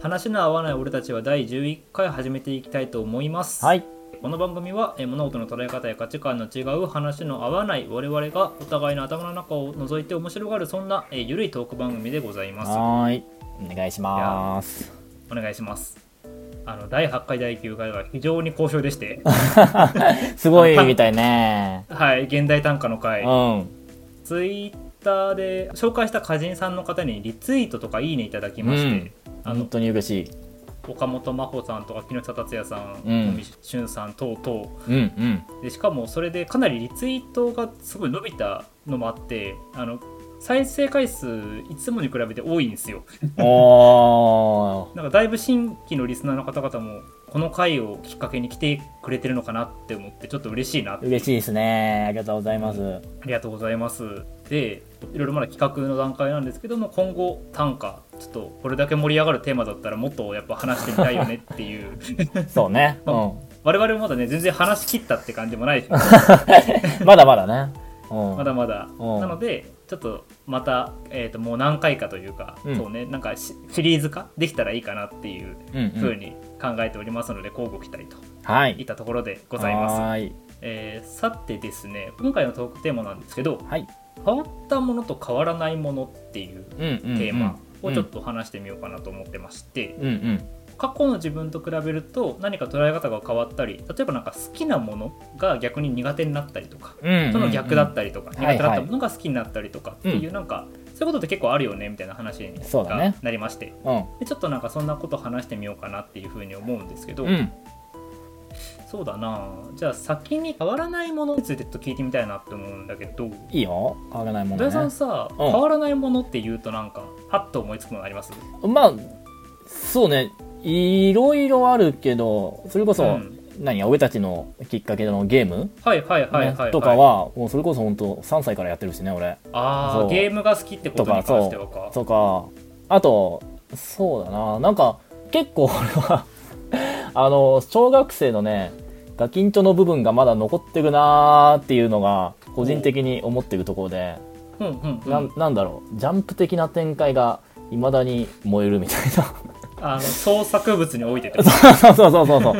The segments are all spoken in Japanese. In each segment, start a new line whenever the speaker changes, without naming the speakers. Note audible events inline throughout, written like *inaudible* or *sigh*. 話の合わない俺たちは第11回始めていきたいと思います、
はい
この番組はえー物事の捉え方や価値観の違う話の合わない我々がお互いの頭の中を覗いて面白がるそんなえーゆるいトーク番組でございます
はーいお願いします
お願いしますあの第8回第9回が非常に好評でして
*laughs* すごいみたいね
はい現代短歌の回
うん
ツイッターで紹介した歌人さんの方にリツイートとかいいねいただきまして、
うん
あ
本
の
当に嬉しい
岡本真帆さんとか木下達也さん、
うん
大見俊さん等々
うんうん
でしかもそれでかなりリツイートがすごい伸びたのもあってあの再生回数いつもに比べて多いんですよ
*laughs* おー
なんかだいぶ新規のリスナーの方々もこの回をきっかけに来てくれてるのかなって思ってちょっと嬉しいなって
嬉しいですねありがとうございます
ありがとうございます。で、いろいろまだ企画の段階なんですけども、今後短歌、ちょっとこれだけ盛り上がるテーマだったらもっとやっぱ話してみたいよねっていう、 *laughs*
そうねう
我々もまだね、全然話し切ったって感じもないし、
んまだまだねうん
まだまだ。
うん
なので、ちょっとまた、えー、ともう何回かというか、
うん
そうね、なんかシシリーズ化できたらいいかなっていう
うんうん
ふうに考えておりますので、交互期待と
はい
いったところでございます。
はーい
えーさてですね、今回のトークテーマなんですけど、
はい
変わったものと変わらないものっていう
うんうんうん
テーマをちょっと話してみようかなと思ってまして、
うんうん
過去の自分と比べると何か捉え方が変わったり例えばなんか好きなものが逆に苦手になったりとか、
うん
その逆だったりとか、
ん
苦手だったものが好きになったりとかっていう、
はいは
なんかそういうことって結構あるよねみたいな話に
そうだね
がなりまして
うん
でちょっとなんかそんなこと話してみようかなっていうふうに思うんですけど、
うん
そうだなじゃあ先に変わらないものについてちょっと聞いてみたいなって思うんだけど。
いいよ変わらないも
土
の
屋さん
ね
さ、
ん
変わらないものって言うとなんかパッと思いつくものあります
まあそうねいろいろあるけどそれこそ、
うん
何俺たちのきっかけのゲーム、
はいはいはいはい、はい、
とかはもうそれこそ本当3歳からやってるしね俺
あ
そ
あ
う
ゲームが好きってことに関してはか
とかあとそうだななんか結構俺は *laughs* あの小学生のねガキンチョの部分がまだ残ってるなーっていうのが個人的に思ってるところで、
うんうんうん
なん、なんだろうジャンプ的な展開がいまだに燃えるみたいな *laughs*
あの創作物においてってこと
そうそうそうそうそう。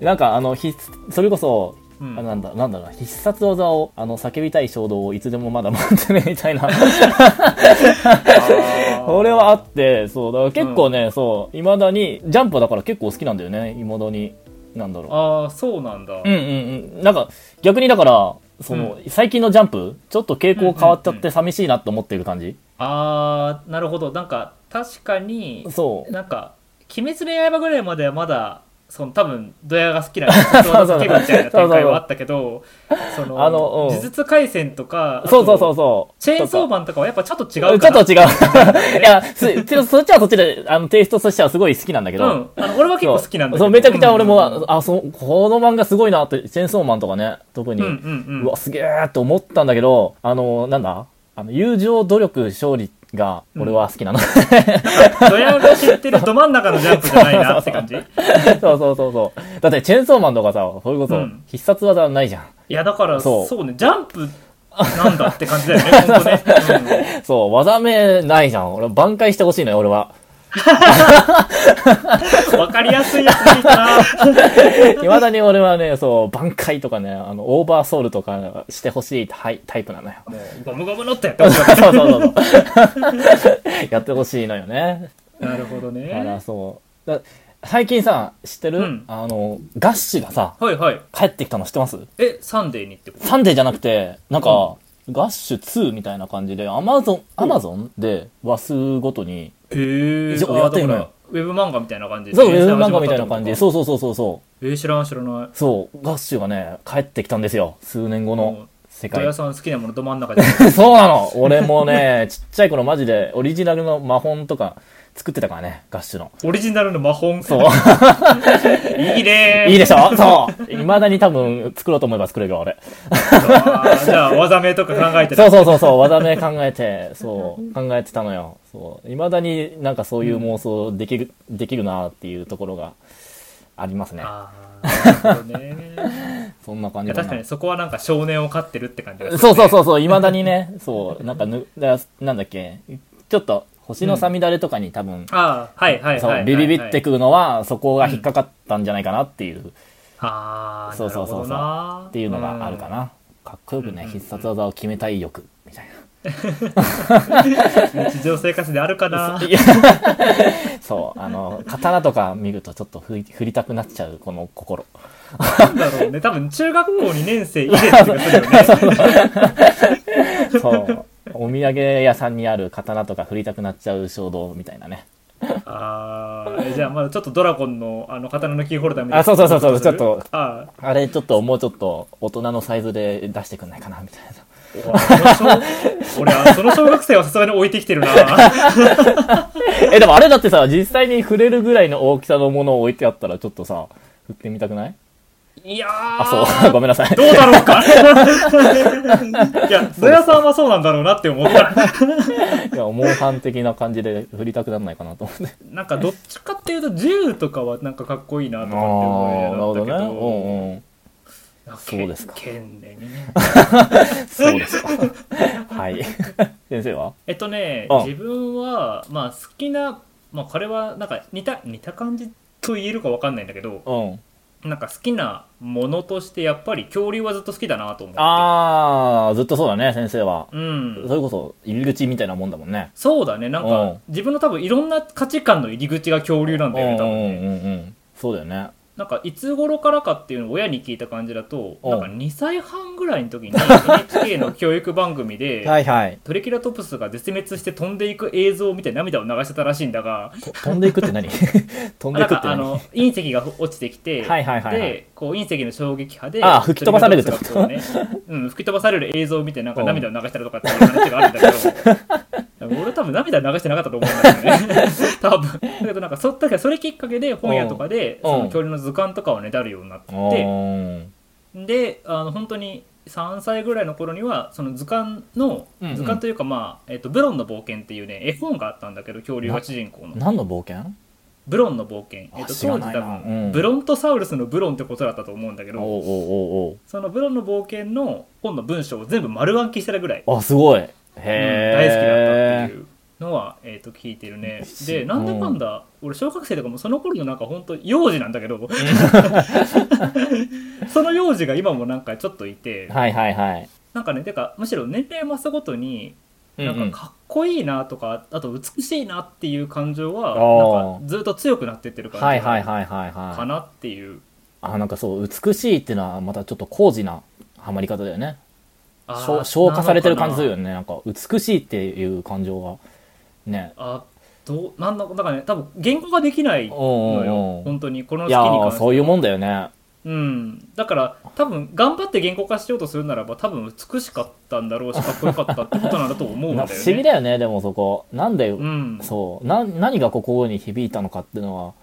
なんかあの必それこそ、
うん
*laughs* あなんだなんだろうな必殺技をあの叫びたい衝動をいつでもまだ待ってねみたいな *laughs* それはあってそうだから結構ね、そういまだにジャンプだから結構好きなんだよねいまだになんだろう。
ああそうなんだ、
うんうんうんなんか逆にだからその、最近のジャンプちょっと傾向変わっちゃって寂しいなと思ってる感じ。
ああなるほどなんか確かに
そう。
なんか「鬼滅の刃」ぐらいまではまだその多分ドヤが好きな人の叫ぶみたいな展開はあったけどその
あのうん
呪術廻戦とか
そうそうそう
う
そう。
チェーンソー
とか
マンとかはやっぱちょっと違
ちょ
う
っ
かな
と違 *laughs* う。いや、すちょそっちはそっちで、あの、テイストとしてはすごい好きなんだけ
う
ど、
んあの俺は結構好きなんだけど
そうそうめちゃくちゃ俺も、
うんうん
あそうこの漫画すごいなってチェーンソーマンとかね特に、
うんうんうん
わすげえって思ったんだけどあのなんだあの友情努力勝利が俺は好きなの、そう
ドヤが知ってるど真ん中のジャンプじゃないなって感じい
*laughs* そうそうそうだってチェーンソーマンとかさそれこ
う
そ
ん
必殺技ないじゃん、
やだからそ
そうう
ねジャンプなんだって感じだよね本当ね、
そう技名ないじゃん俺挽回してほしいのよ俺は
うん、分かりやすいやつでいいか
いまだに俺はねそう挽回とかねあのオーバーソウルとかしてほしいタイタイ
*laughs*
プなのよ
なもうゴムゴムのってやってほしいわ
そうそうそうそう *laughs* やってほしいのよね
けなるほど
だから
ね
そうだ最近さ知ってる、
うん
あのガッシュがさ
はいはい
帰ってきたの知ってます
えサンデーにってこと
サンデーじゃなくてなんか、ガッシュ2みたいな感じでアマゾンアマゾンで話数ごとに
へえ
じゃあやってんのよ
ウェブ漫画みたいな感じで
そうウ
連
ェ
載
ブ漫
始ま
画
っ
み
った
い
て
な
こと
感じそうそうそうそうそ
えー、知らん知らないう
そうガッシュがね帰ってきたんですよ数年後
う
の
ん
世
土
界
屋さん好きなものど真ん中
*laughs*
じゃん
そうなの俺もねちっちゃい頃マジでオリジナルの魔法とか作ってたからねガッシュの
オリジナルの魔法
そう
いいね
いいでしょそういまだに多分作ろうと思えば作れるわ俺
あーじゃあ技名とか考えてる
そうそうそうそう、技名考
*laughs*
えて、そう、考えてたのよ。そう。未だになんかそういう妄想できる、できるなっていうところがありますね。
あーなるほどね
*laughs* そんな感
い
じ
や
か
確かに
な。
そこはなんか少年を飼ってるって感じがする
そうそうそうそう、未だにね、そう、なんかぬ、だなんだっけ、ちょっと、星のさみだれとかに多分、
ああはいはいはい
そ
は
う
い
ビビビってくるのはそこが引っかかったんじゃないかなっていう、っ
ああ
そうそうそうそうていうのがあるか
な
な、かっこよくね、
うんうんうん
必殺技を決めたい欲みたいな
るほどな日常生活であるかな
いやそうあの刀とか見るとちょっと振り振りたくなっちゃうこの心
なんだろうね多分中学校2年生以前とかするよね
そうお土産屋さんにある刀とか振りたくなっちゃう衝動みたいなね
ああじゃあまだちょっとドラゴンのあの刀のキーホルダーみたいな
あそうそうそうそうちょっと
あ
あれちょっともうちょっと大人のサイズで出してくんないかなみたいな
ーうわその小 *laughs* 俺はその小学生はさすがに置いてきてる
*laughs*
な
え、でもあれだってさ、実際に触れるぐらいの大きさのものを置いてあったら、ちょっとさ、振ってみたくない
いや
あ、
ー
*laughs* そう。ごめんなさい。
どうだろう
*laughs*
かいや土屋さんはそうなんだろうな *laughs* って思った
いや、モンハン的な感じで振りたくなんないかなと思って。
なんかどっちかっていうと銃とかはなんかかっこいいなとかって
なる
思
ほ
いな
ど
がらだ
ね。
ったけど
うんうん。そうですか
剣でね
そうです *laughs* か。はい。 *laughs* 先生は
えっとね、
うん
自分はまあ好きなまあこれはなんか似た似た感じと言えるかわかんないんだけど
うん。
なんか好きなものとしてやっぱり恐竜はずっと好きだなと思って
あー、ずっとそうだね、先生は。
う
そ
ん
れこそ、入り口みたいなもんだもんね。
そうだねなん
う
か
ん
自分の多分いろんな価値観の入り口が恐竜なんだよね多分ね
うんうんうんうん。そうだよね。
なんかいつ頃からかっていうのを親に聞いた感じだと
うん
なんか2歳半ぐらいの時に NHK の教育番組で、
*laughs* はいはい。
トリケラトプスが絶滅して飛んでいく映像を見て涙を流してたらしいんだが
と飛んでいくって
*laughs*
何飛んで
ないん
くっ
か
て
あ
何
の隕石が落ちてきて、
はいはいはいはい
でこう隕石の衝撃波で
あ吹き飛ばされるってこと
トリケラトプスがこうね、うん、吹き飛ばされる映像を見てなんか涙を流したりとかっていう話があるんだけ
*laughs*
ど俺多分涙流してなかったと思うんだけどね多分だけどなんかそだからそれきっかけで本屋とかで
うん
その恐竜の図鑑とかをねだるようになって
うん
であの本当に3歳ぐらいの頃にはその図鑑の
うんうん
図鑑というか、まあえっと「ブロンの冒険」っていうね絵本があったんだけど恐竜が主人公の
何の冒険
「ブロンの冒険」
あ
えっと、
知ら
当
な
時
い
多
な
分、
うん
ブロントサウルスのブロンってことだったと思うんだけ
おう
ど
おうおうおう
その「ブロンの冒険」の本の文章を全部丸暗記してたぐらい、
あ、すごい。
う
へ
ん大好きだったっ
え、
ていうのは、えっと聞いてるねで
うん
なんだかんだ俺小学生とかもその頃のなんか本当幼児なんだけ
*laughs*
どその幼児が今もなんかちょっといて、
はいはいはい。
なんかねてかむしろ年齢増すごとにな
うんうん
んかかっこいいなとか、あと美しいなっていう感情
あー
はなんかずっと強くなってってる感
はい
じ
はいはいはいは
か
い。
なっていう、
あ、なんかそう、美しいっていうのはまたちょっと高次なハマり方だよね。
あー
消消化されてる感じする
な
よね。なんか、美しいっていう感情が。ね。
のかなあどうなんだだからね多分言語ができないの
おうお
よ
うおう
本当にこの好
い
きに
や
関
ー、
して
そういうもんだよね。
うん、だから多分頑張って言語化しようとするならば多分美しかったんだろうしかっこよかったってことなんだと思うんだ
な
よ
不
ね
思議だよね、でもそこ。なんで、
うん、
そう、な、何が心に響いたのかっていうのは、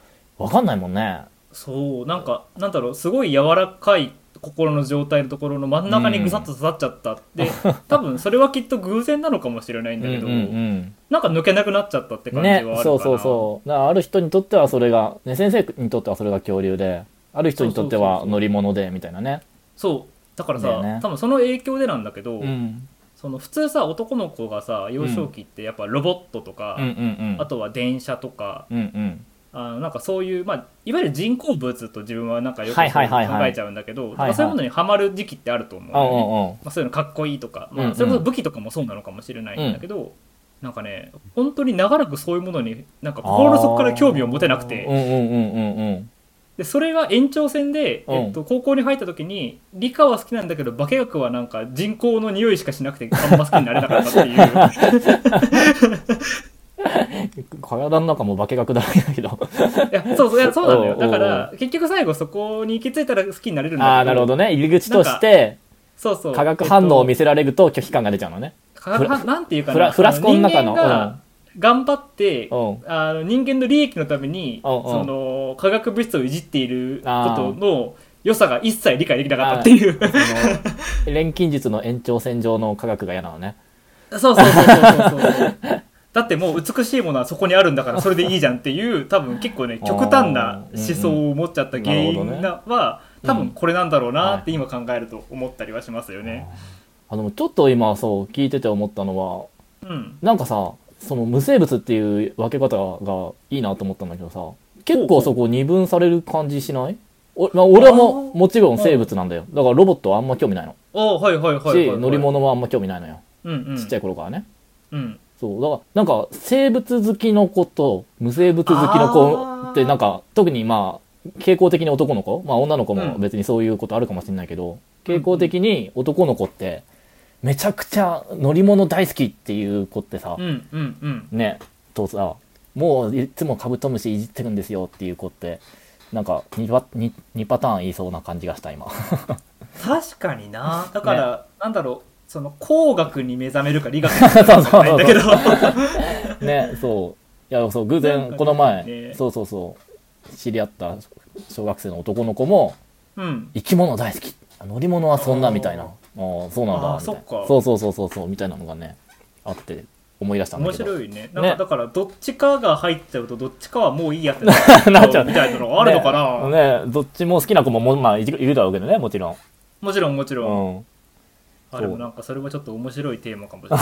わかんないもんね。
そうなんかなんだろうすごい柔らかい心の状態のところの真ん中にぐさっと刺さっちゃったって、 *laughs* 多分それはきっと偶然なのかもしれないんだけど、
うんうん。
なんか抜けなくなっちゃったって感じはあ
ね
るかな、、
そうそうそう。だからある人にとってはそれが、ね、先生にとってはそれが恐竜で、ある人にとっ
そ
て
うそうそう
は
そう
乗り物で、みたいなね。
そうだから
だ
さ、
よね
多分その影響でなんだけど、
うん。
その普通さ男の子がさ幼少期ってやっぱロボットとか、
うんうんうん。
あとは電車とか
うんうん。
あのなんかそういう、まあ、いわゆる人工物と自分はなんかよく考
はいはいはいはい
えちゃうんだけど、
い
なんかそういうものにはまる時期ってあると思う、
あ、
ね
う
まあ、そういうのかっこいいとか、まあ
うんうん
それこそ武器とかもそうなのかもしれないんだけど、なんかね本当に長らくそういうものになんか心の底から興味を持てなく
んうん。うん
て
うんうんうんうん。
でそれが延長戦で、
うん
えっと、高校に入った時に理科は好きなんだけど化学はなんか人工の匂いしかしなくてあんま好きになれなかった
*laughs*
っていう
体の中も化学だらけだけど。
いやそうそういやそうなんだ
お
よ
うおう
だから結局最後そこに行き着いたら好きになれるんだけど
ああ、なるほどね。入り口として、
そうそう
化学反応を見
せ、
せられると拒否感が出ちゃうのね。
えっと化学反なんていうかな
フラフラスコの中の
人間が頑張って
うん。うん。
あの人間の利益のために
うんうん
その化学物質をいじっていることの良さが一切理解できなかったって
*laughs*
いう
その錬金術の延長線上の化学が嫌なのね。
そうそうそうそうそうそうだってもう美しいものはそこにあるんだ
*laughs*
からそれでいいじゃんっていう多分結構ね極端な思想を持っちゃった原
うんうん
因
なる
がは多
うん
分これなんだろうなって今考えると思ったりはしますよね。
あの、ちょっと今そう、聞いてて思ったのは、
うん、
なんかさ、その無生物っていう分け方がいいなと思ったんだけどさ、結構そこ二分される感じしないお、まあ、俺はも
あー
もちろん生物なんだよ。だからロボットはあんま興味ないの。
ああはいはいはいはい、
し、
はい、
乗り物もあんま興味ないのよ。
うんうん
ちっちゃい頃からね。
うん
そう。だから、なんか、生物好きの子と無生物好きの子って、
あー
なんか、特にまあ、傾向的に男の子、まあ女の子も
うん
別にそういうことあるかもしれないけど、傾向的に男の子って、めちゃくちゃ乗り物大好きっていう子ってさ
う、んうんうん
ね、とさ、もういつもカブトムシいじってるんですよっていう子って、なんか2パ 2, パターン言いそうな感じがし
*laughs*
た今。
確かにな *laughs* だから、なんだろうその工学に目覚めるか理学に目
*laughs* そう
覚
そ
めるか
う
だけど
ね、そう。いや、そう、
な
偶
んか
然
ね
この前、
ね
そうそうそう、知り合った小学生の男の子も、
うん
生き物大好き乗り物はそんなみたいなあ
あ
あーそうなんだ
あー
みたいな
そっか
そうそうそうそうそうみたいなのがねあって思い出したんだ
面
けど
白いねなん
ね
かだからどっちかが入っちゃうとどっちかはもういいやってなっ
*laughs* なっち
ち
ゃ
ゃ
う
うみたいなのがあるのかな、
ねねどっちも好きな子ももまあいるいるだろうけどねもちろん
もちろんもちろん、
う
あでもなんかそれはちょっと面白いテーマかもしれ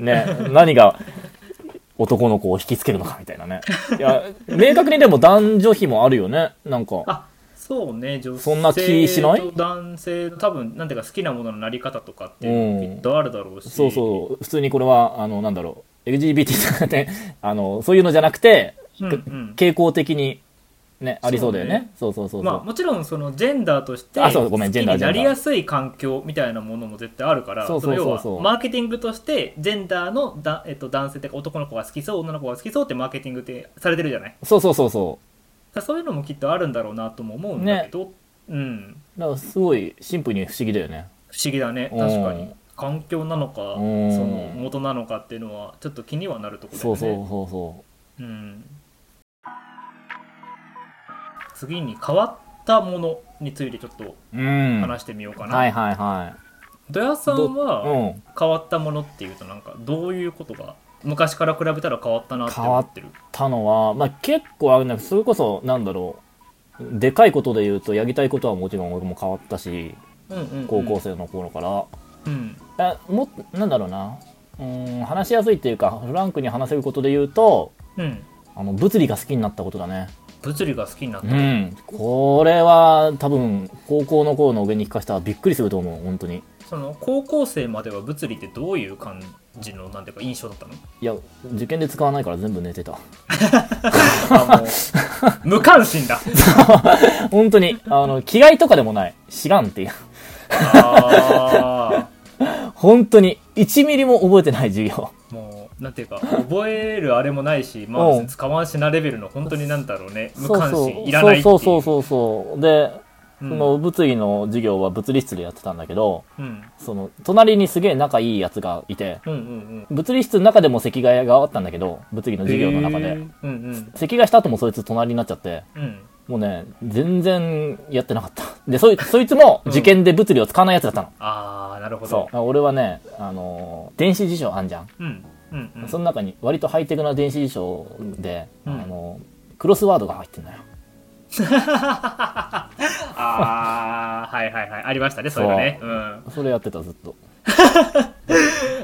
ないです
ん
ね
*laughs* ね何が男の子を引きつけるのかみたいなねいや明確にでも男女比もあるよねなんか
あそうね女性
そんな気しない
と男性の多分なんていうか好きなもののなり方とかって
うん
きっとあるだろうし、
そうそう普通にこれはあのなんだろう LGBT とかねあのそういうのじゃなくて
うんうん
傾向的にねありそうだよ
そう
ねそうそうそうそう、
まあ、もちろんそのジェンダーとして
あ
好
そう
き
ごめんジェ
に
ンダ
な
ージェ
り
ンダー
やすい環境みたいなものも絶対あるから
そう
そ
そう
の
そう
要
そう
はマーケティングとしてジェンダーのだ、えっと、男性っていうか男の子が好きそう女の子が好きそうってマーケティングってされてるじゃないだか
そうそうそうそう
らそういうのもきっとあるんだろうなとも思うんだけど、うん
だからすごいシンプルに不思議だよね。
不思議だね
うん
確かに環境なのかそ
うん
の元なのかっていうのはちょっと気にはなるところだ
そ
よ
う
ね
そうそうそ
うん、次に変わったものについてちょっと
う。うん。は
話してみようかな、
いはいは
土屋さん
い。
は
うん。
変わったものっていうとなんかどういうことが昔から比べたら変わったなって思ってる
たのは、まあ結構あるんだけど、それこそなんだろう。でかいことで言うと、やりたいことはもちろん俺も変わったし、
うんうんうん
高校生の頃から。
うん
あもっなんだろうな。うん、話しやすいっていうか、フランクに話せることで言うと、
うん
あの、物理が好きになったことだね。
物理が好きになった、
うん。これは多分、高校の頃の上に聞かしたらびっくりすると思う、本当に。
その高校生までは物理ってどういう感じのなんていうか印象だ
*laughs*
ったの
いや、受験で使わないから全部寝てた。
あの無関心
*laughs*
だ
本当に、あの、着替えとかでもない。知らんっていう。
あ
本当に、1ミリも覚えてない授業。
ーもうなんていうか覚えるあれもないしまあ
うん
別に使わんしなレベルの本当になんだろうね無
そう
関
そう
心いらないってい
そうそうそうそうそう。で、
う
そ
ん
の物理の授業は物理室でやってたんだけど、
うん
その、隣にすげえ仲いいやつがいて、
うんうん
物理室の中でも席替えがあったんだけど、物理の
うん
授業の中
へ
で。
ーうん
席替えした後もそいつ隣になっちゃって、
うんうん
もうね、全然やってなかった。で、そいそいつも受験で物理を使わないやつだったの。
ああなるほ
そう
ど。
俺はね、あのー電子辞書あんじゃん。
うんうんうん *laughs*
その中に割とハイテクな電子辞書で、
うん
あのクロスワードが入ってんだよ。
ああはいはいはいありましたねそういうのねうん
それやってたずっと。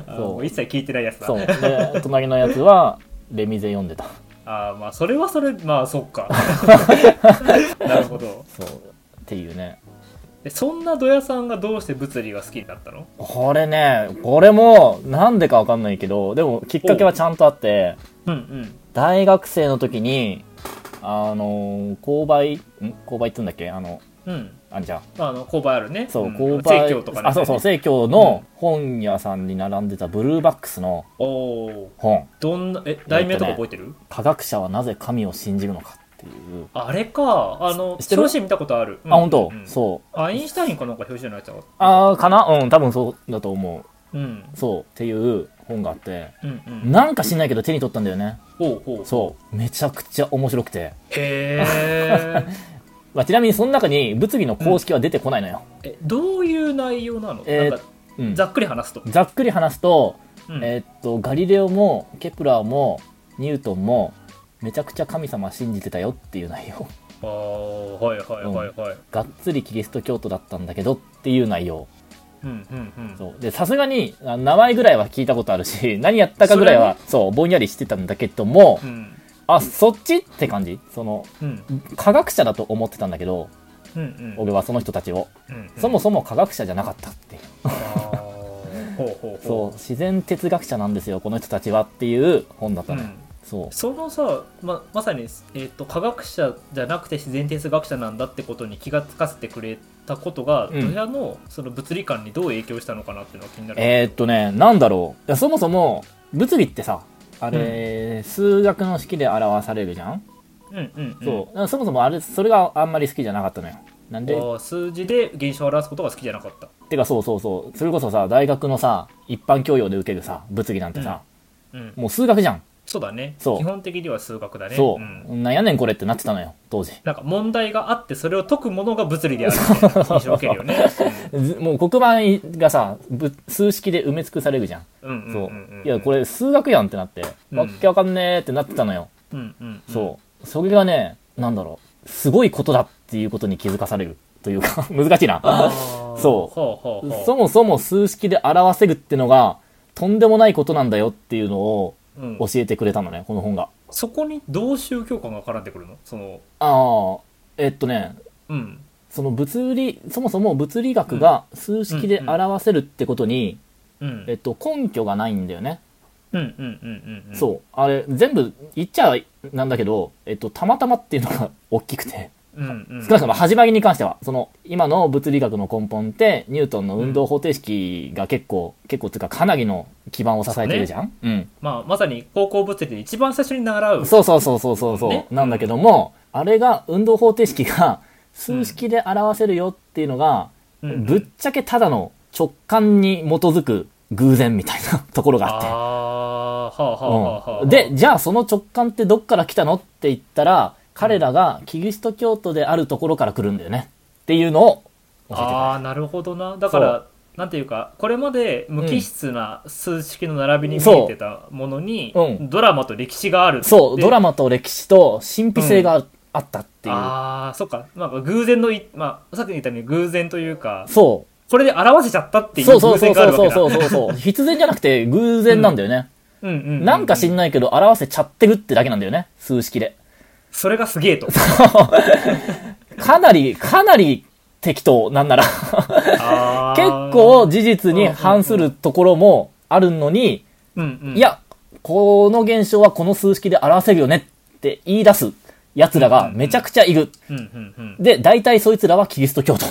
あ
そう
もう一切聞いてないやつだ
そう。で隣のやつはレミゼ読んでた。
あーまあそれはそれまあそっ
*laughs*
かなるほど
そうっていうね。
でそんな土屋さんがどうして物理が好きになったの
これね、これもなんでかわかんないけど、でもきっかけはちゃんとあって、
うんうん
大学生の時にあの購買ん購買って言うんだっけあの
うん
あんじゃん。
あの購買あるね
そう、
ん
購買
生協とかね
あそうそう生協の本屋さんに並んでたブルーバックスの
おお
本。
どんなえ題名とか覚えてる、
科学者はなぜ神を信じるのかっていう。
あれかあの
知ってる
表紙見たことある、
あ、本当、
う
そう。
んアインシュタインかなんか表紙のやつだった
あーかなうん、多分そうだと思
うん
う。そう。っていう本があって、
うんうん
なんか知んないけど手に取ったんだよね。
ほうほう
そう。めちゃくちゃ面白くて。
へー
*laughs* まあ、ちなみにその中に物理の公式は出てこないのよ。
えどういう内容なの、
えー
なんか
うん。
ざ
ざ
っくり話すと、
っくり話すと、
うん
えーっと、ガリレオもケプラーもニュートンもめちゃくちゃ神様信じてたよっていう内容。 *laughs*
ああはいはいはいはい、
がっつりキリスト教徒だったんだけどっていう内容。
ううんうんうん
そうでさすがにあ名前ぐらいは聞いたことあるし何やったかぐらいはそうぼんやりしてたんだけども、
うん
あそっちって感じその
うん
科学者だと思ってたんだけど
うんうん
俺はその人たちを、
うんうん
そもそも科学者じゃなかったっていう
あーほうほう
そう
ほ
自然哲学者なんですよこの人たちはっていう本だっ
う
たね、
ん
そう
そのさままさに、えー、と科学者じゃなくて自然哲学者なんだってことに気がつかせてくれたことが、
うん
ドヤのその物理観にどう影響したのかなっていうのが気になる、
えーっとねなんだろういやそもそも物理ってさあれ、数学の式で表されるじゃん、
うんうんうん、
そうだからそもそもあれそれがあんまり好きじゃなかったのよなんで
あー数字で現象を表すことが好きじゃなかった、
てかそうそうそうそれこそさ大学のさ一般教養で受けるさ物理なんてさ、
うん、
もう数学じゃん、
そうだね
そう
基本的には数学だね
そう、
ん
なんやねんこれってなってたのよ当時
なんか問題があってそれを解くものが物理であるみたい
*laughs*
な印象を受けるよね。
ずもう黒板がさぶ数式で埋め尽くされるじゃん
うんうんうん
そう
うんうん。
いやこれ数学やんってなって、
うん
わっけわかんねえってなってたのよ、
うんうんうん。
そうそれがねなんだろうすごいことだっていうことに気づかされるというか *laughs* 難しいな
あー。
*laughs* そう
ほうほうほう。
そもそも数式で表せるってのがとんでもないことなんだよっていうのを
うん
教えてくれたのねこの本が
そこにどう宗教観が絡んでくるのその、
ああえっとね
うん。
その物理そもそも物理学が数式で
うんうん
表せるってことに、
うん。
えっと、根拠がないんだよね、
うんうんうんうんうん。
そうあれ全部言っちゃなんだけど、えっと、たまたまっていうのが *laughs* 大きくて
うん。うんうん。
*laughs* 少なくとも始まりに関してはその今の物理学の根本ってニュートンの運動方程式が結構、結構っていうかかなりの基盤を支えてるじゃんう,、、。
まあ、まさに高校物理で一番最初に習うん
そうそうそうそうそうそう、
ね
なんだけどもあれが運動方程式が数式で表せるよっていうのが、
うんうん
ぶっちゃけただの直感に基づく偶然みたいなところがあって。
あーはあはあはあはあ。
うん、で、、じゃあその直感ってどっから来たのって言ったら、彼らがキリスト教徒であるところから来るんだよね。っていうのを教えてくれ
ああ、なるほどな。だから、なんていうか、これまで無機質な数式の並びに見えてたものに、
そううん
ドラマと歴史があるって。
そう、ドラ
マっ
マと歴史と神秘性があったっていう。
ああ、そっか。まあ、偶然のい、まあ、さっき言ったように偶然というか、
そ
これで表せちゃったって
う。
いう
そ
偶
うそうそ
然
う
がある
そう
わけだ。
そうそうそう。必然じゃなくて偶然なんだよね。
うんうんうんうん
なんか知んないけど表せちゃってるってだけなんだよね。数式で。
それがすげ
*laughs*
えと。
かなり、かなり適当なんなら。
あ
結
ー
構、事実に反するところもあるのに、
うんうん、
い、や、この現象はこの数式で表せるよねって言い出す奴らがめちゃくちゃいる。
うんうんうん、
で、大体そいつらはキリスト教
*laughs*
徒。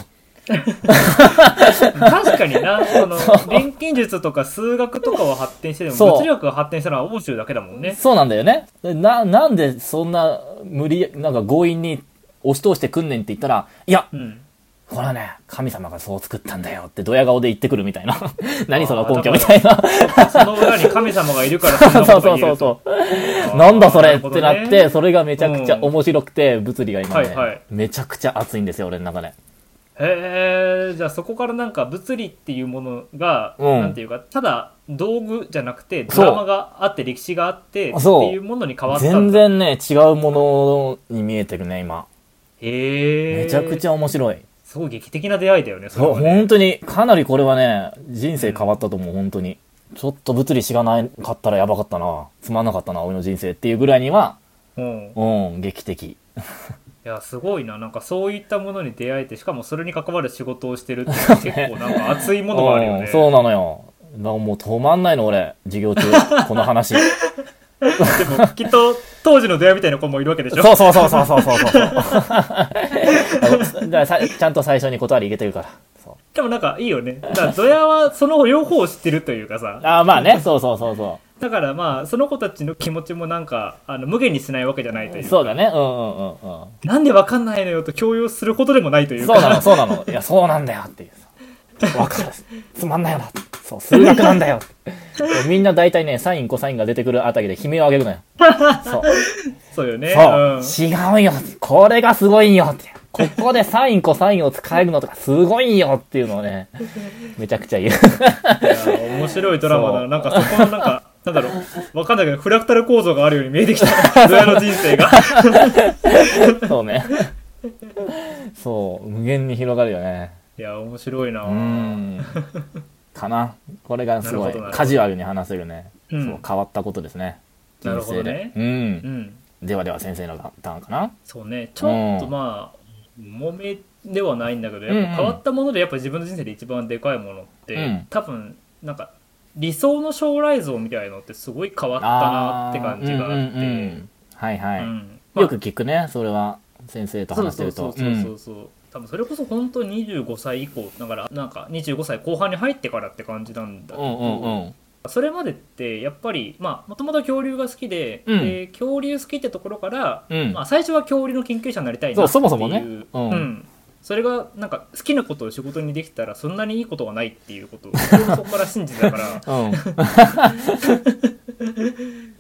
確かに
*laughs*
な、その、錬金術とか数学とかは発展してても、
そう
物理学が発展したのは欧州だけだもんね。
そうなんだよね。な、なんでそんな無理や、なんか強引に押し通してくんねんって言ったら、いや、
うん。
これはね、神様がそう作ったんだよってドヤ顔で言ってくるみたいな。 *laughs* 何その根拠
あー
みたいな。
その裏に神様がいるからそんな
そう
ことが言
*laughs* そう
え
そう
ると。
そう。
あー
なんだそれってな
る
っ
ほど
て、
ね
それがめちゃくちゃ
うん
面白くて、物理が今
はいはい
ね、めちゃくちゃ熱いんですよ、俺の中で。
へえじゃあそこからなんか物理っていうものが、
うん
なんていうかただ道具じゃなくて
そ
ド
う
ラマがあって歴史があってって
そう
いうものに変わったんだ
全然ね、違うものに見えてるね、今。
へえ
めちゃくち
ゃ
ゃ面白い。
すごい劇的な出会いだよねそれ
そう
はね
本当に、かなりこれはね、人生変わったと思う、本当に。ちょっと物理しがなかったらやばかったな。つまんなかったな、俺の人生っていうぐらいには、
うん、い
うん、劇的。
やすごいななんかそういったものに出会えてしかもそれに関わる仕事をしてるっていうのは結構なんか熱いものがあるよ
*laughs* うん
ね
そうなのよ。だからもう止まんないの、俺。授業中、
*laughs*
この話。
でもきっと当時の出会いみたいな子もいるわけでしょ
そうそうそうそうそうそうそう。 *laughs* だからさちゃんと最初に断り入れてるから。そう
でもなんかいいよねだからドヤはその両方を知ってるというかさ
ああ、まあね、そうそうそうそ。
だからまあその子たちの気持ちもなんかあの無限にしないわけじゃないというう
そうだね、うんうんうんうん。
なんでわかんないのよと強要することでもないという
そ
か
うなの、そうなの。いや、そうなんだよっていうさ。わかる。つまんないよな。そう、数学なんだよ。みんな大体ね、サイン、コサインが出てくるあたりで悲鳴を上げるのよ。そう。
そうよね
そう。違うよ。これがすごいよって。ここでサイン、コサインを使えるのとかすごいよっていうのをね、めちゃくちゃ言う。
うん、いや面白いドラマだ
そ
ななんかそこのなんかなんだろうわかんないけどフラクタル構造があるように見えてき
*laughs*
たドヤの人生が
そうね。そう、無限に広がるよね。
いや、面白いな
うーん。かな。これがすご
なるほ
い
どなるほど
カジュアルに話せるね、
うん
そう変わったことですね。
なる
人
ほ
生
ど
で
ね。
うん
う。ん。
ではでは先生のターンかな。
そうね、ちょっとまあ、揉めではないんだけど、やっぱ変わったもので、やっぱ自分の人生で一番でかいものって、
うん
多分、なんか、理想の将来像みたいのってすごい変わったなって感じがあっ
うんうんう
て、
んはいはい、
うんまあ
よく聞くね、それは。先生と話してると。
そうそうそうそうそう多分それこそ本当に25歳以降だからなんか25歳後半に入ってからって感じなんだけ
う
ど、
んうんうんうん。
それまでってやっぱりまあもともと恐竜が好きで,、
うん
で恐竜好きってところから、
うん
まあ、最初は恐竜の研究者になりたいなって
そ
いう
うそもそもねう
うんんそれがなんか好きなことを仕事にできたらそんなにいいことはないっていうことをそこから信じてたから
*laughs* うん。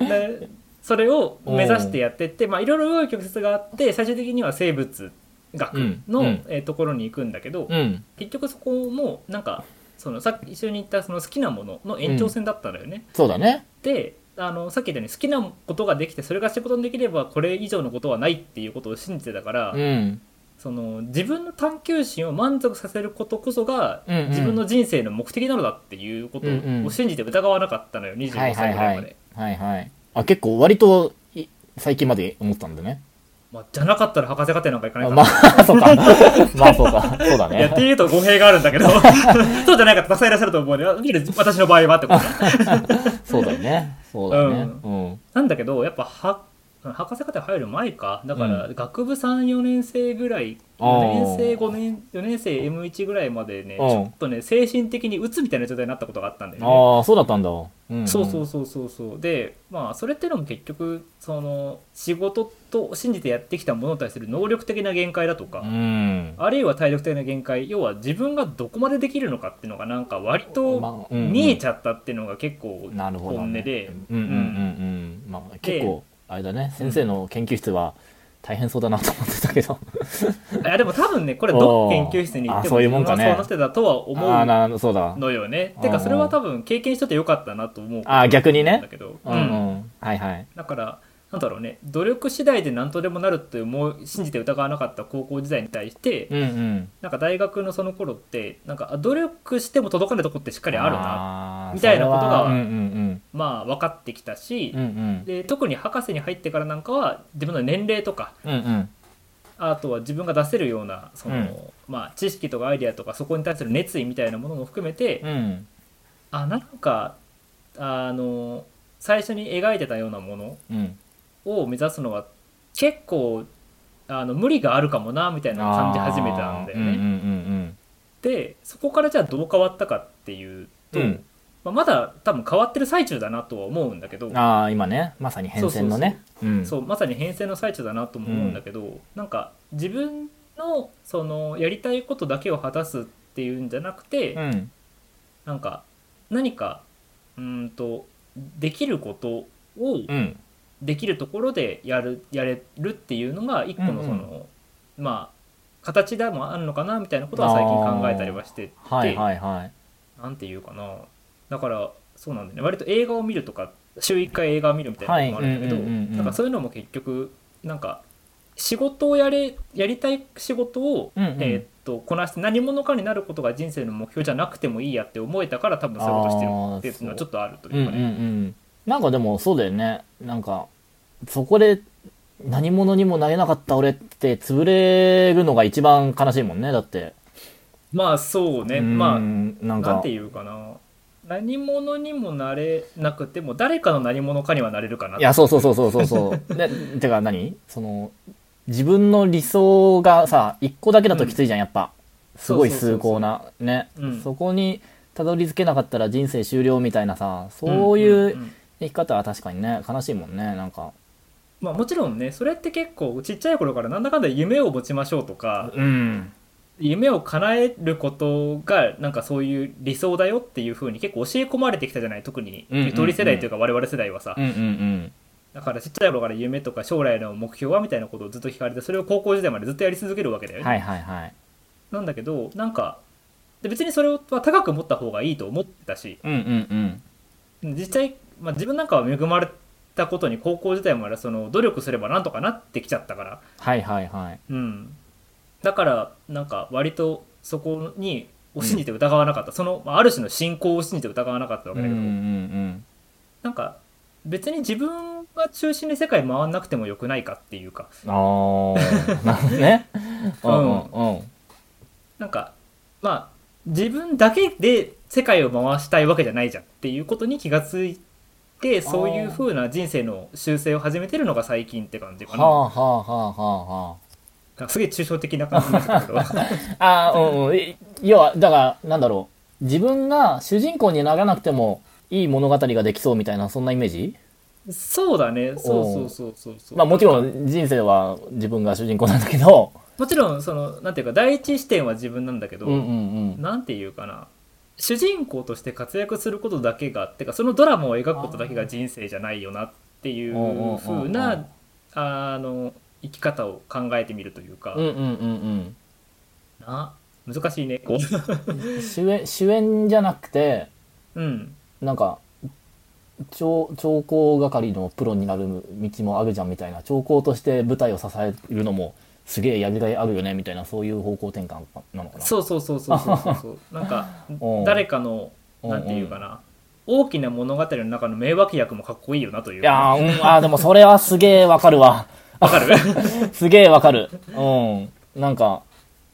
でそれを目指してやってってまあいろいろ紆余曲折があって最終的には生物学の、
うんうん
えーところに行くんだけど、
うん。
結局そこもなんかそのさっき一緒に言ったその好きなものの延長線だったんだよね。
そうだね。
であのさっき言ったように好きなことができてそれが仕事にできればこれ以上のことはないっていうことを信じてたから、
うん。
その自分の探求心を満足させることこそが、
うんうん
自分の人生の目的なのだっていうこと
うんうん
を信じて疑わなかったのよ、
はい
25
は
歳
い
ぐら
はい
まで、
い。はいはい。あ、結構割とい最近まで思ったんだね。
まあ、じゃなかったら博士課程なんか行かない
あ
か
ま
ら、
あ、 *laughs* そうか。まあそうか。そうだ
いやっ
ね
て。いうと語弊があるんだけ
*laughs*
どそうじゃない方たくさんいらっしゃると思うので私の場合は
*laughs*
ってこと
そうだよね。そうだよね。うん。
なんだけどやっぱは博士課程入る前かだから
う
学部34年生ぐらい
あ
4
ー
年生5年4年生 M1 ぐらいまでねち
うん
ょっとね精神的に鬱みたいな状態になったことがあったんだよね。
ああ、そうだったんだ。うん。
そうそうそうそうそうでまあそれってのも結局その仕事と信じてやってきたものに対する能力的な限界だとか、
うん。
あるいは体力的な限界要は自分がどこまでできるのかっていうのがなんか割
ま
と
あうんうん
見えちゃったっていうのが結構
なるほど、
本音
ね。
で
うんうんうんうん。まあ結構、あれだね。先生の研究室は大変そうだなと思ってたけど。
いやでも多分ねこれどの研究室に行って
あそう
も
い
自
うもん
分
か
は
ね
そうなってたとは思
ああ、
う
なるそうだ。
のよね
うん
てかそれは多分経験しとってよかったなと思う
あー逆にね
だけど、
う
うんん
うん。はいはい。
だからなんだろうね努力次第で何とでもなるって思う信じて疑わなかった高校時代に対して、
うんうん。
なんか大学のその頃ってなんかあ努力しても届かないとこってしっかりあるな
な
みたいなことが
うんうん
まあ分かってきたし、
うん。うんうん。
で特に博士に入ってからなんかは自分の年齢とか
うんうん。
あとは自分が出せるようなその、
うん
まあ、知識とかアイデアとかそこに対する熱意みたいなものも含めて、
うん。
あなんかあの最初に描いてたようなもの
うん。
を目指すのは結構あの無理があるかもなみたいなのを感じ始めたんだよね。
あーうんうん
でそこからじゃあどう変わったかっていう
う
と、
んうん。
まあ、まだ多分変わってる最中だなとは思うんだけど
うん。ああ、今ね、まさに変遷のね。うん。
そうまさに編成の最中だなとも思うんだけど、なんか自分のそのやりたいことだけを果たすっていうんじゃなくて、
うん。
なんか何かうーんとできることを
うん。
できるところでやるやれるっていうのが一個の
うん
そ
うん
の、まあ形でもあるのかなみたいなことは最近考えたりはしてて、
はいはいはい。
なんていうかなだからそうなんだよね割と映画を見るとか週1回映画を見るみたいなのもあるんだけど、
はいうんうんうんうん
なんかそういうのも結局なんか仕事をやれやりたい仕事を、
うんうん
えーっとこなして何者かになることが人生の目標じゃなくてもいいやって思えたから多分そういうことしてるっていうのはちょっとあると
うん
いう
うんう
かね。
ん。なんかでもそうだよね。なんか、そこで何者にもなれなかった俺って潰れるのが一番悲しいもんね、だって。
まあそうね、
うん
まあ
なん
なん
か
て、いうかな何者にもなれなくても誰かの何者かにはなれるかない
や、そうそうそうそうそうそう。で、 *laughs* てか何その、自分の理想がさ、一個だけだときついじゃん、やっぱ。すごい崇高な。ね
うん。
そこにたどり着けなかったら人生終了みたいなさ、そうい
ん
うん
ん
生き方は確かにね、悲しいもんね、なんか。
まあ、もちろんねそれって結構ちっちゃい頃からなんだかんだ夢を持ちましょうとか
うん。
夢を叶えることがなんかそういう理想だよっていう風に結構教え込まれてきたじゃない特に
うんうんうん
ゆとり世代というか我々世代はさ
うんうんうん。
だからちっちゃい頃から夢とか将来の目標はみたいなことをずっと聞かれてそれを高校時代までずっとやり続けるわけだよね、
はいはいはい。
なんだけどなんかで別にそれは高く持った方がいいと思ったし
うんうんうん。
実際、まあ、自分なんかは恵まれたことに高校時代までその努力すればなんとかなってきちゃったから
はいはいはい。
うん、だからなんか割とそこにを信じて疑わなかった、そのまあある種の信仰を信じて疑わなかったわ
う
け
ん
だ
う
けど、
ん
なんか別に自分が中心で世界回んなくてもよくないかっていうか
うん。ああ、なるほど
*laughs*
ね。うんうんうん。
なんかまあ自分だけで世界を回したいわけじゃないじゃんっていうことに気がついてそういう風な人生の修正を始めてるのが最近って感じか
は
な
あはあはあはあは
なんかすげえ抽象的な感じになっちゃったけど
*laughs* あ。ああ、うんうん。い要は、だから、なんだろう。自分が主人公にならなくてもいい物語ができそうみたいな、そんなイメージ
そうだねそうそうそうそうそう
まあもちろん人生は自分が主人公なんだけど、
もちろんそのなんていうか第一視点は自分なんだけど、
うんうん
なんていうかな主人公として活躍することだけがってかそのドラマを描くことだけが人生じゃないよなってい
あー
う風
うんうんうんう
なんあの生き方を考えてみるというか、
うん。うんうんうん
な難しいねこ
うん。主演、主演じゃなくて、
ううん
なんか、調調光係のプロになる道もあるじゃんみたいな調光として舞台を支えるのもすげえやりがいあるよねみたいなそういう方向転換なのかな
そうそうそうそうそうそうそう
*laughs*
なんか
おう
誰かの
おうおう
なんていうかな大きな物語の中の名脇役もかっこいいよなという
い
か
やー、うん、あーでもそれはすげえわかるわ
わかる
すげえわかるうんなんか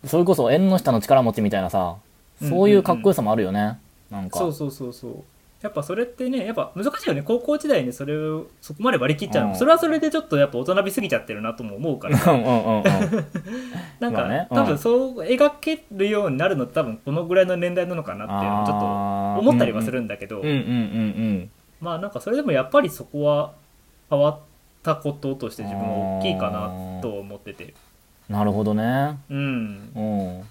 それこそ縁の下の力持ちみたいなさそういうかっこよさもあるよね、なんか
そうそうそうそうやっぱそれってねやっぱ難しいよね高校時代にそれをそこまで割り切っちゃうの、
うん
それはそれでちょっとやっぱ大人びすぎちゃってるなとも思うから
*laughs* うんうんうんうん
なんか、
まあねうん
多分そう描けるようになるのって多分このぐらいの年代なのかなっていうのをちょっ
あー
と思ったりはするんだけど、
うんうんうん
まあなんかそれでもやっぱりそこは変わったこととして自分は大きいか
あー
なと思ってて
うんなるほどね
うん
うん
っ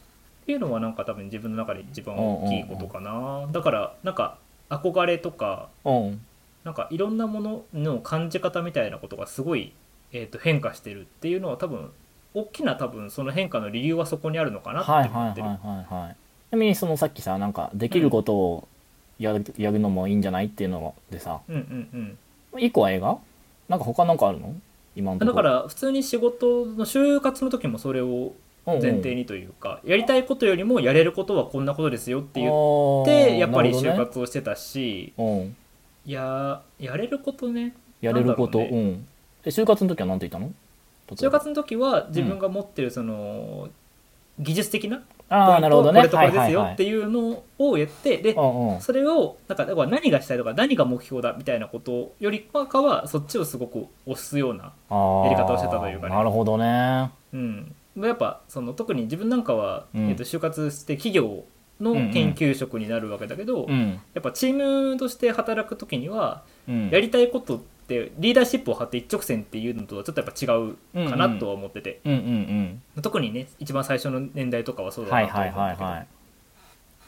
ていうのはなんか多分自分の中で一番大きいことかなだからなんか憧れとか
うん
なんかいろんなものの感じ方みたいなことがすごい、えー、と変化してるっていうのは多分大きな多分その変化の理由はそこにあるのかなって
はいはい
思っ
は
て
い
る。
はいはいちなみにそのさっきさなんかできることをやる,、やるのもいいんじゃないっていうのでさ
うんうん
一個は映画なんか他なんかあるの今
う
の
ん、
とこ
だから普通に仕事の就活の時もそれを
ら
前提
に
にというかやりたいことよりもやれることはこんなことですよって言っ
って
やっぱり就活をしてたし、
うん
いやーやれることね
やれることう,、
なんだろうん
え就活の時は何て言ったの
就活の時は自分が持ってるその技術的な
ああなるほどね
これとこれですよ
は
っ
い
ていうのをやってで
はいはいうんうん
それをなんかだから何がしたいとか何が目標だみたいなことよりかはそっちをすごく推すような、
あー
やり方をしてたというかね
なるほどね
うん、やっぱその特に自分なんかは、
うん
えっと就活して企業の研究職になるわけだけど、
うん
やっぱチームとして働く時には
うん
やりたいことってリーダーシップを張って一直線っていうのとはちょっとやっぱ違うかなとは思ってて、
うんうん
特にね一番最初の年代とかはそう
うん
だ
は
ないと思う
は
んだ
い
けど、
はいはい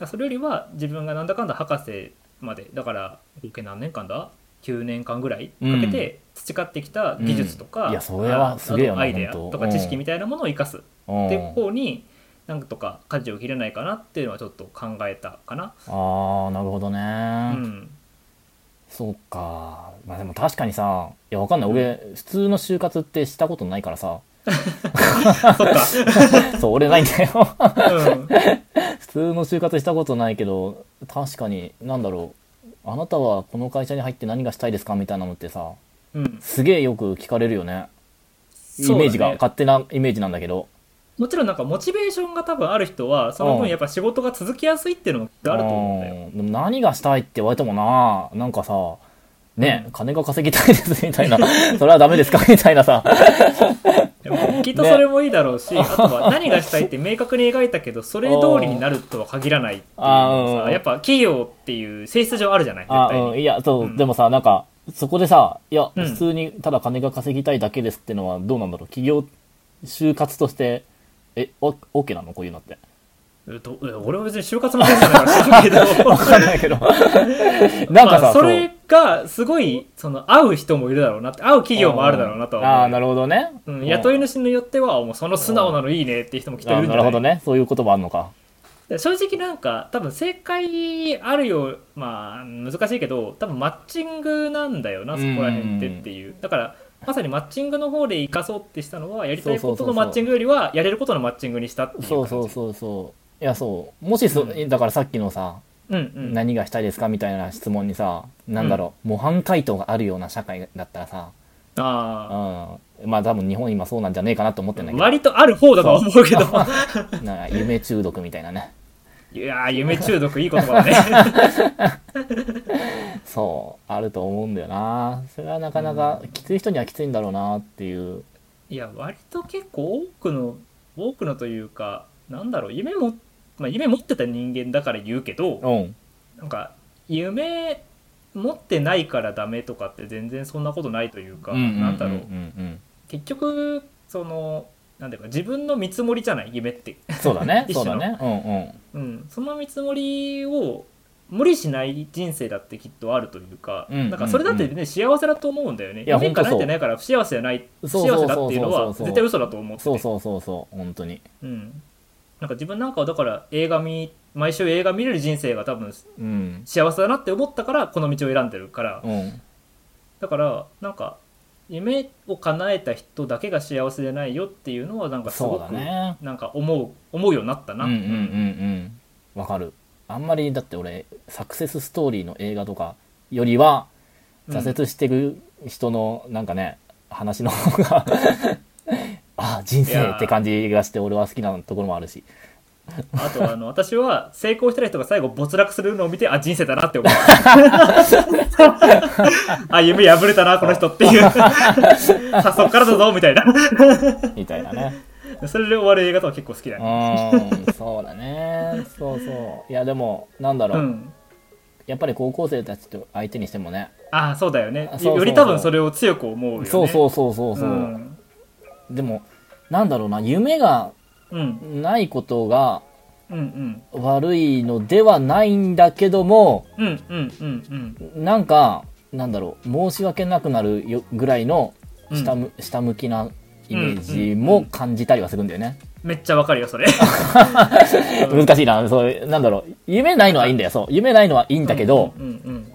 それよりは自分がなんだかんだ博士までだから合計何年間だ9年間ぐらいかけて培ってきた技術とか、
うんいやそれはすげえよな
ああとアイデア
本当
とか知識みたいなものを生かす
うん
っていう方になんとか舵を切れないかなっていうのはちょっと考えたかな。
ああなるほどね、
うん
そうか。まあでも確かにさ、いやわかんない。俺、普通の就活ってしたことないからさ。
あそっ
*laughs*
か、
そう、俺ないんだよ。 *laughs*
うん、
普通の就活したことないけど、確かに、なんだろう。あなたはこの会社に入って何がしたいですかみたいなのってさ、
うん
すげえよく聞かれるよね。イ
そうだね
メージが、勝手なイメージなんだけど。
もちろんなんかモチベーションが多分ある人はその
う
分
ん
やっぱ仕事が続きやすいっていうのもきっとあると思うんだよ。
うんでも何がしたいって言われてもな、なんかさ、ね、
うん
金が稼ぎたいですみたいな、それはダメですかみたいなさ。
でもきっとそれもいいだろうし、あとは何がしたいって明確に描いたけどそれ通りになるとは限らないっていうの
あー
は
うん
さやっぱ企業っていう性質上あるじゃない絶
あ、
対
うん、
に
いや、そう、
うん
でもさ、なんか、そこでさ、いや、
うん
普通にただ金が稼ぎたいだけですってのはどうなんだろう企業、就活として、え、オッケーなのこういうのって。
えっとえ俺は別に就活のせいじゃないから知らんけど
わかんないけ
*laughs*
ど。なんか
まあ
さ、
それがすごいその会う人もいるだろうなって会う企業もあるだろうなとは思う
ああー、なるほどね。
うん、雇い
の
主によってはもうその素直なのいいねっていう人もきっといるんじ
な
ゃ
る
な
ほ
い
どね。そういうこともあるのか。
で正直なんか多分正解あるよまあ難しいけど多分マッチングなんだよな
うん
そこら辺ってっていうだからまさにマッチングの方で生かそうってしたのはやりたい
そう
こ
そ
と
うそうそ
の
う
マッチングよりはやれることのマッチングにしたっていう
そ
感
う
じ
そうそうそう。いや、そう。もしそ、
う
だからさっきのさ、
うんうん。
何がしたいですかみたいな質問にさ、なんだろう、模範回答があるような社会だったらさ、
あ
うん。まあ多分日本今そうなんじゃねえかなと思ってんだ
あ。
けど
割とある方だとは思うけど。
なんか夢中毒みたいなね。
*laughs* いやー、夢中毒いい言葉だ
*laughs*
ね。
そう、あると思うんだよな。それはなかなか、きつい人にはきついんだろうなっていう。
いや、割と結構多くの、多くのというか、なんだろう、夢も、まあ夢持ってた人間だから言うけど、
うん。
なんか、夢持ってないからダメとかって全然そんなことないというか、なんだろう
う。ん
結局、その、なんていうか、自分の見積もりじゃない、夢って。 *laughs*。
うん。そうだね
一
そう
種の
だね。う
うん、その見積もりを無理しない人生だってきっとあるというか、
うん
なんかそれだってね、幸せだと思うんだよね。
いや
夢叶え
ほんとそ
て
う
ないから不幸せじゃない、不
そう
幸
そ
せ
うそうそう
だっていうのは
そう
絶対嘘だと思って
ん。
て
そうそうそうそう。本当に。
うん。なんか自分なんかはだから映画見、毎週映画見れる人生が多分
うん。
幸せだなって思ったからこの道を選んでるから、
うん。
だからなんか夢を叶えた人だけが幸せでないよっていうのはなんかす
そ
ご
うだ
く、
ね。
なんか思う、思うようになった
うん
な。
うんうんうん。わかる。あんまり、だって俺、サクセスストーリーの映画とかよりは、
うん
挫折してる人の、なんかね、話の方が、 *laughs* ああ、人生って感じがして、俺は好きなところもあるし。
あと
*laughs*
あの私は成功してない人が最後没落するのを見てあ人生だなって
*laughs*
思うあ夢破れたなこの人っていうさそっからだぞみたいな
みたいな *laughs* ね。
それで終わる映画とか結構好きだね
うん、そうだね。そうそう。いや、でも、なんだ
う
ろう。
ん
やっぱり高校生たちと相手にしてもね。
ああそうだよね
あそうそうそう
より多分それを強く思うよね
そうそうそうそうそう。
ん
でも、なんだろうな、夢が
うん
ないことが
うんうん
悪いのではないんだけども、
うんうんうんうん
なんか、なんだろう、申し訳なくなるよぐらいの
うん
下,、下向きなイメージ
うんうん
も感じたりはするんだよね。
めっちゃわかるよそれうん
難しいな、そういう、なんだろう、夢ないのはいいんだよ、そう。夢ないのはいいんだけど、
うんうんうん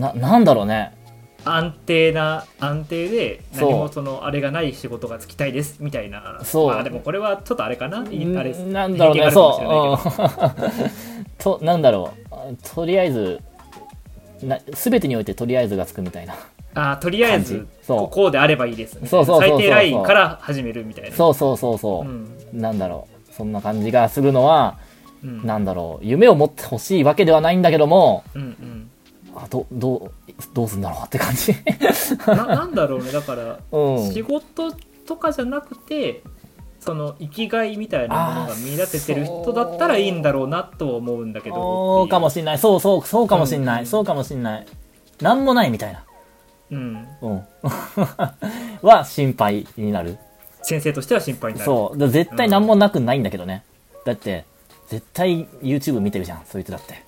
な、なんだろうね。
安定な安定で
そう
何もそのあれがない仕事がつきたいですみたいな
そう
まあでもこれはちょっとあれかな、いあれ
んなんだろう
偏見
ね、
があるかも
そう。うん *laughs* と、なんだろう。あとりあえず、な、すべてにおいてとりあえずがつくみたいな。
しれないけどあーとりあえず
感じそう
ここうであればいいですみたいな
そうそうそうそう
最低ラインから始めるみたいな
そうそうそうそうう。
ん
なんだろう。そんな感じがするのは、
うん
なんだろう。夢を持ってほしいわけではないんだけども、
うんうん
あ、ど、どう、どうすんだろうって感
*laughs*
じ。
ななんだろうねだから、
うん
仕事とかじゃなくてその生きがいみたいなものが見出せてる人だったらいいんだろうなとは思うんだけど
そうかもしんない。そうそう、そうかもしんない。そうかもしんない。なんもないみたいな。
うん、
うん。 *laughs* は、心配になる。
先生としては心配になる
そう。だ絶対何もなくないんだけどね。だって、絶対 YouTube 見てるじゃん、そいつだって。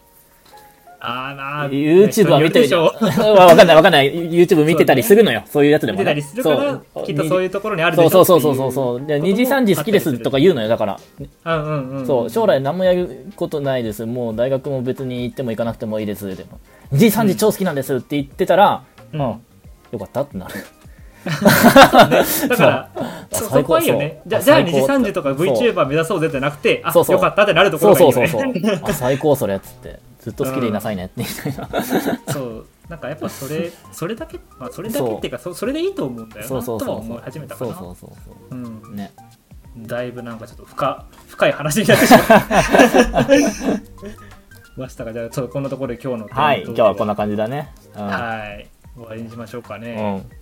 あーなー
YouTube は見てるじ
人
ゃん。
によるでしょ
*laughs* わわかんないわかんない。YouTube 見てたりするのよ。そういうやつでも、
出
ね。
たりするから
そう
きっとそういうところにあるでし
そ
ょ
うそうそうそうそうそう。で、2時3時好きですとか言うのよ。だから、
か、うんうんうん、
そう、将来何もやることないです。もう大学も別に行っても行かなくてもいいです。でも、2時3時超好きなんですって言ってたら、
うん
あよかったってなる。
だから
そう
そ
最
そこ
高
はいいよね
そう
じゃ
あ
じゃあ2
最
時
高
3時とか
そう
VTuber 目指そうぜってなくてあ
そうそう
よかったってなるとこ
そ
ろ
う
がいい
そ
よ
うそう
ね
そう。 *laughs* あ、最高それっつって。ずっと好きでいなさいねって、みたいな。
*laughs* そうなんかやっぱそれそれだけ、まあ、それだけっていうかそそれでいいと思うんだよな
そうそう
と
そ
は
うそ。
思いう始めたか
そ
な
うそうそうそうう。ね。
ん、だいぶなんかちょっと深深い話になってしまった
*laughs*
*laughs* ましたがじゃあちょっとこんなところで今日のテーマ
はい、今日はこんな
ト
感じだね。うん。
ークははい終わりにしましょうかね、
うん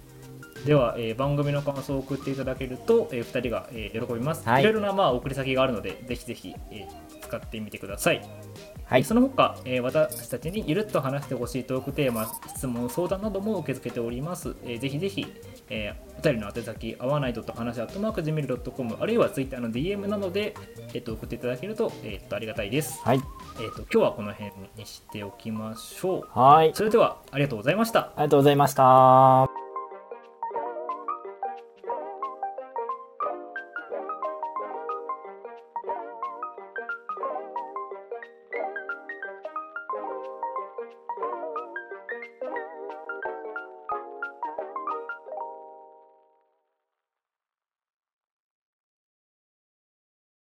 では、えー番組の感想を送っていただけると、え2人が、えー喜びます、
はい
い、ろいろな、まあ、送り先があるのでぜひぜひ、えー使ってみてください、
はい
そ、の他、えー私たちにゆるっと話してほしいトークテーマ質問相談なども受け付けております、えーぜひぜひ、えー、お便りの宛先合わないと話アットマーク Gmail.com あるいは Twitter の DM などで、えー、と送っていただけると,、えーとありがたいです、
はい、
えーと今日はこの辺にしておきましょう
はい、
それではありがとうございました
ありがとうございました。